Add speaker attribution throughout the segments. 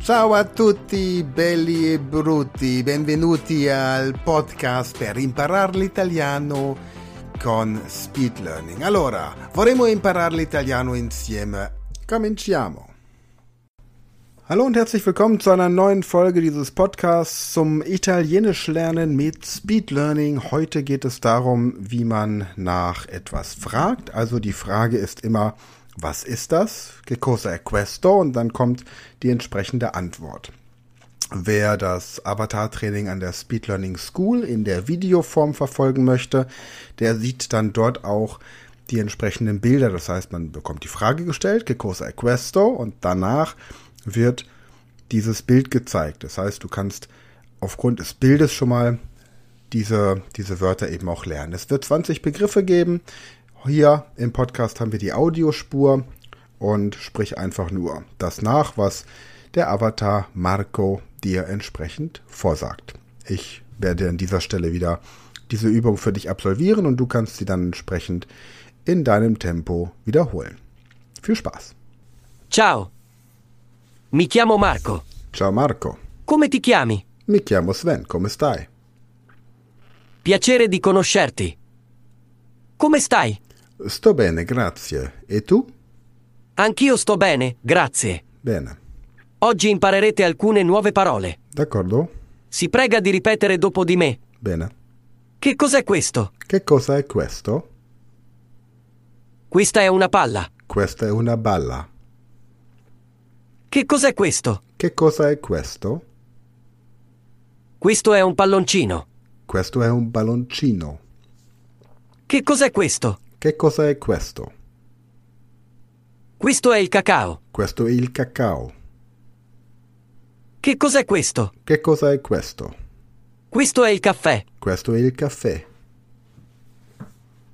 Speaker 1: Ciao a tutti belli e brutti, benvenuti al podcast per imparare l'italiano con Speed Learning. Allora, vorremmo imparare l'italiano insieme. Cominciamo. Hallo und herzlich willkommen zu einer neuen Folge dieses Podcasts zum Italienisch lernen mit Speed Learning. Heute geht es darum, wie man nach etwas fragt. Also die Frage ist immer, was ist das? Che cosa è questo? Und dann kommt die entsprechende Antwort. Wer das Avatar-Training an der Speed Learning School in der Videoform verfolgen möchte, der sieht dann dort auch die entsprechenden Bilder. Das heißt, man bekommt die Frage gestellt, che cosa è questo? Und danach wird dieses Bild gezeigt. Das heißt, du kannst aufgrund des Bildes schon mal diese, diese Wörter eben auch lernen. Es wird 20 Begriffe geben. Hier im Podcast haben wir die Audiospur und sprich einfach nur das nach, was der Avatar Marco dir entsprechend vorsagt. Ich werde an dieser Stelle wieder diese Übung für dich absolvieren und du kannst sie dann entsprechend in deinem Tempo wiederholen. Viel Spaß.
Speaker 2: Ciao, mi chiamo Marco.
Speaker 1: Ciao Marco.
Speaker 2: Come ti chiami?
Speaker 1: Mi chiamo Sven, come stai?
Speaker 2: Piacere di conoscerti. Come stai?
Speaker 1: Sto bene, grazie. E tu?
Speaker 2: Anch'io sto bene, grazie.
Speaker 1: Bene.
Speaker 2: Oggi imparerete alcune nuove parole.
Speaker 1: D'accordo?
Speaker 2: Si prega di ripetere dopo di me.
Speaker 1: Bene.
Speaker 2: Che cos'è questo?
Speaker 1: Che cosa è questo?
Speaker 2: Questa è una palla.
Speaker 1: Questa è una balla.
Speaker 2: Che cos'è questo?
Speaker 1: Che cosa è questo?
Speaker 2: Questo è un palloncino.
Speaker 1: Questo è un balloncino.
Speaker 2: Che cos'è questo?
Speaker 1: Che cosa è questo?
Speaker 2: Questo è il cacao.
Speaker 1: Questo è il cacao.
Speaker 2: Che cos'è questo?
Speaker 1: Che cosa è questo?
Speaker 2: Questo è il caffè.
Speaker 1: Questo è il caffè.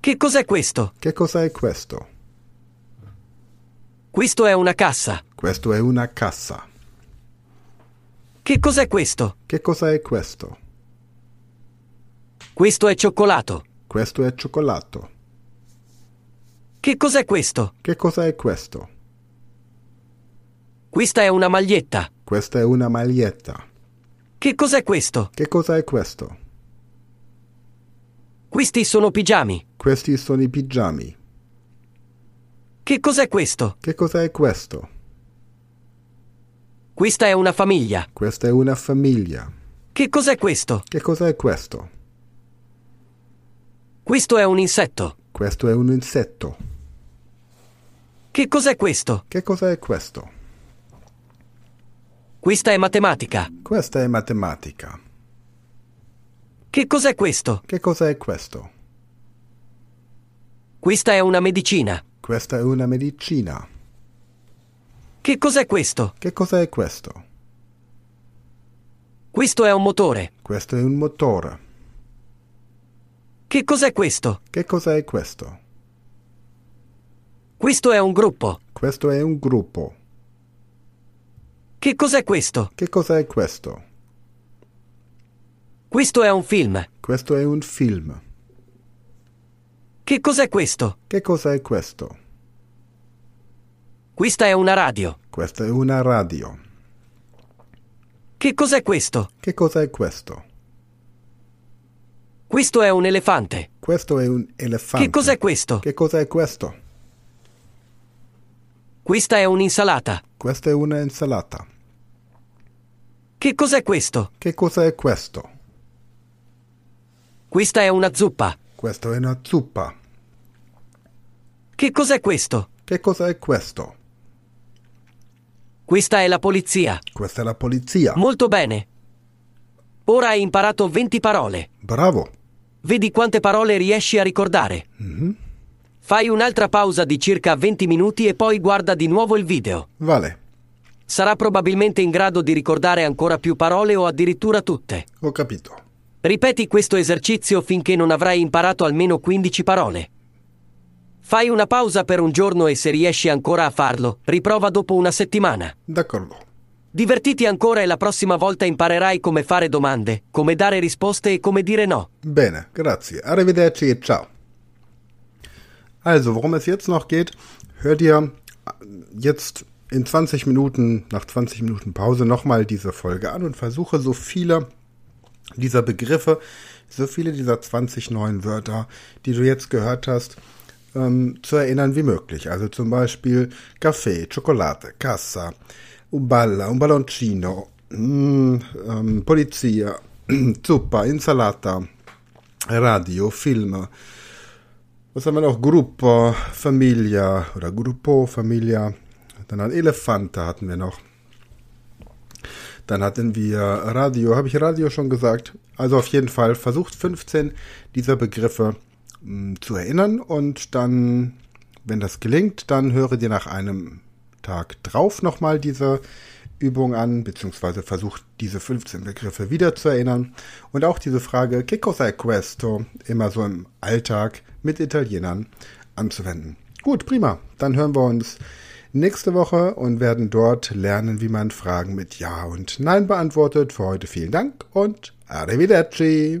Speaker 2: Che cos'è questo?
Speaker 1: Che cosa è questo?
Speaker 2: Questo è una cassa.
Speaker 1: Questo è una cassa.
Speaker 2: Che cos'è questo?
Speaker 1: Che cosa è questo?
Speaker 2: Questo è cioccolato.
Speaker 1: Questo è cioccolato.
Speaker 2: Che cos'è questo?
Speaker 1: Che cosa è questo?
Speaker 2: Questa è una maglietta.
Speaker 1: Questa è una maglietta.
Speaker 2: Che cos'è questo?
Speaker 1: Che cosa è questo?
Speaker 2: Questi sono pigiami.
Speaker 1: Questi sono i pigiami.
Speaker 2: Che cos'è questo?
Speaker 1: Che cosa è questo?
Speaker 2: Questa è una famiglia.
Speaker 1: Questa è una famiglia.
Speaker 2: Che cos'è questo?
Speaker 1: Che cosa è questo?
Speaker 2: Questo è un insetto.
Speaker 1: Questo è un insetto.
Speaker 2: Che cos'è questo?
Speaker 1: Che cosa è questo?
Speaker 2: Questa è matematica.
Speaker 1: Questa è matematica.
Speaker 2: Che cos'è questo?
Speaker 1: Che cosa è questo?
Speaker 2: Questa è una medicina.
Speaker 1: Questa è una medicina.
Speaker 2: Che cos'è questo?
Speaker 1: Che cosa è questo?
Speaker 2: Questo è un motore.
Speaker 1: Questo è un motore.
Speaker 2: Che cos'è questo?
Speaker 1: Che cosa è questo?
Speaker 2: Questo è un gruppo.
Speaker 1: Questo è un gruppo.
Speaker 2: Che cos'è questo?
Speaker 1: Che cosa è questo?
Speaker 2: Questo è un film.
Speaker 1: Questo è un film.
Speaker 2: Che cos'è questo?
Speaker 1: Che cosa è questo?
Speaker 2: Questa è una radio.
Speaker 1: Questa è una radio.
Speaker 2: Che cos'è questo?
Speaker 1: Che cosa è questo?
Speaker 2: Questo è un elefante.
Speaker 1: Questo è un elefante.
Speaker 2: Che cos'è questo?
Speaker 1: Che cosa è questo?
Speaker 2: Questa è un'insalata.
Speaker 1: Questa è una insalata.
Speaker 2: Che cos'è questo?
Speaker 1: Che cosa è questo?
Speaker 2: Questa è una zuppa.
Speaker 1: Questa è una zuppa.
Speaker 2: Che cos'è questo?
Speaker 1: Che cosa è questo?
Speaker 2: Questa è la polizia.
Speaker 1: Questa è la polizia.
Speaker 2: Molto bene. Ora hai imparato 20 parole.
Speaker 1: Bravo.
Speaker 2: Vedi quante parole riesci a ricordare.
Speaker 1: Mhm.
Speaker 2: Fai un'altra pausa di circa 20 minuti e poi guarda di nuovo il video.
Speaker 1: Vale.
Speaker 2: Sarà probabilmente in grado di ricordare ancora più parole o addirittura tutte.
Speaker 1: Ho capito.
Speaker 2: Ripeti questo esercizio finché non avrai imparato almeno 15 parole. Fai una pausa per un giorno e se riesci ancora a farlo, riprova dopo una settimana.
Speaker 1: D'accordo.
Speaker 2: Divertiti ancora e la prossima volta imparerai come fare domande, come dare risposte e come dire no.
Speaker 1: Bene, grazie. Arrivederci, ciao. Also, worum es jetzt noch geht, hör dir jetzt in 20 Minuten, nach 20 Minuten Pause nochmal diese Folge an und versuche so viele dieser Begriffe, so viele dieser 20 neuen Wörter, die du jetzt gehört hast, ähm, zu erinnern wie möglich. Also zum Beispiel Kaffee, Schokolade, Cassa, Uballa, un balloncino, mm, ähm, Polizia, Zuppa, Insalata, Radio, Film. Was haben wir noch? Gruppo, Familia oder Gruppo, Familia. Dann ein Elefante hatten wir noch. Dann hatten wir Radio, habe ich Radio schon gesagt. Also auf jeden Fall versucht 15 dieser Begriffe mh, zu erinnern und dann, wenn das gelingt, dann höre dir nach einem Tag drauf nochmal diese Übung an, beziehungsweise versucht diese 15 Begriffe wieder zu erinnern. Und auch diese Frage, che cosa è questo, immer so im Alltag mit Italienern anzuwenden. Gut, prima. Dann hören wir uns nächste Woche und werden dort lernen, wie man Fragen mit Ja und Nein beantwortet. Für heute vielen Dank und arrivederci.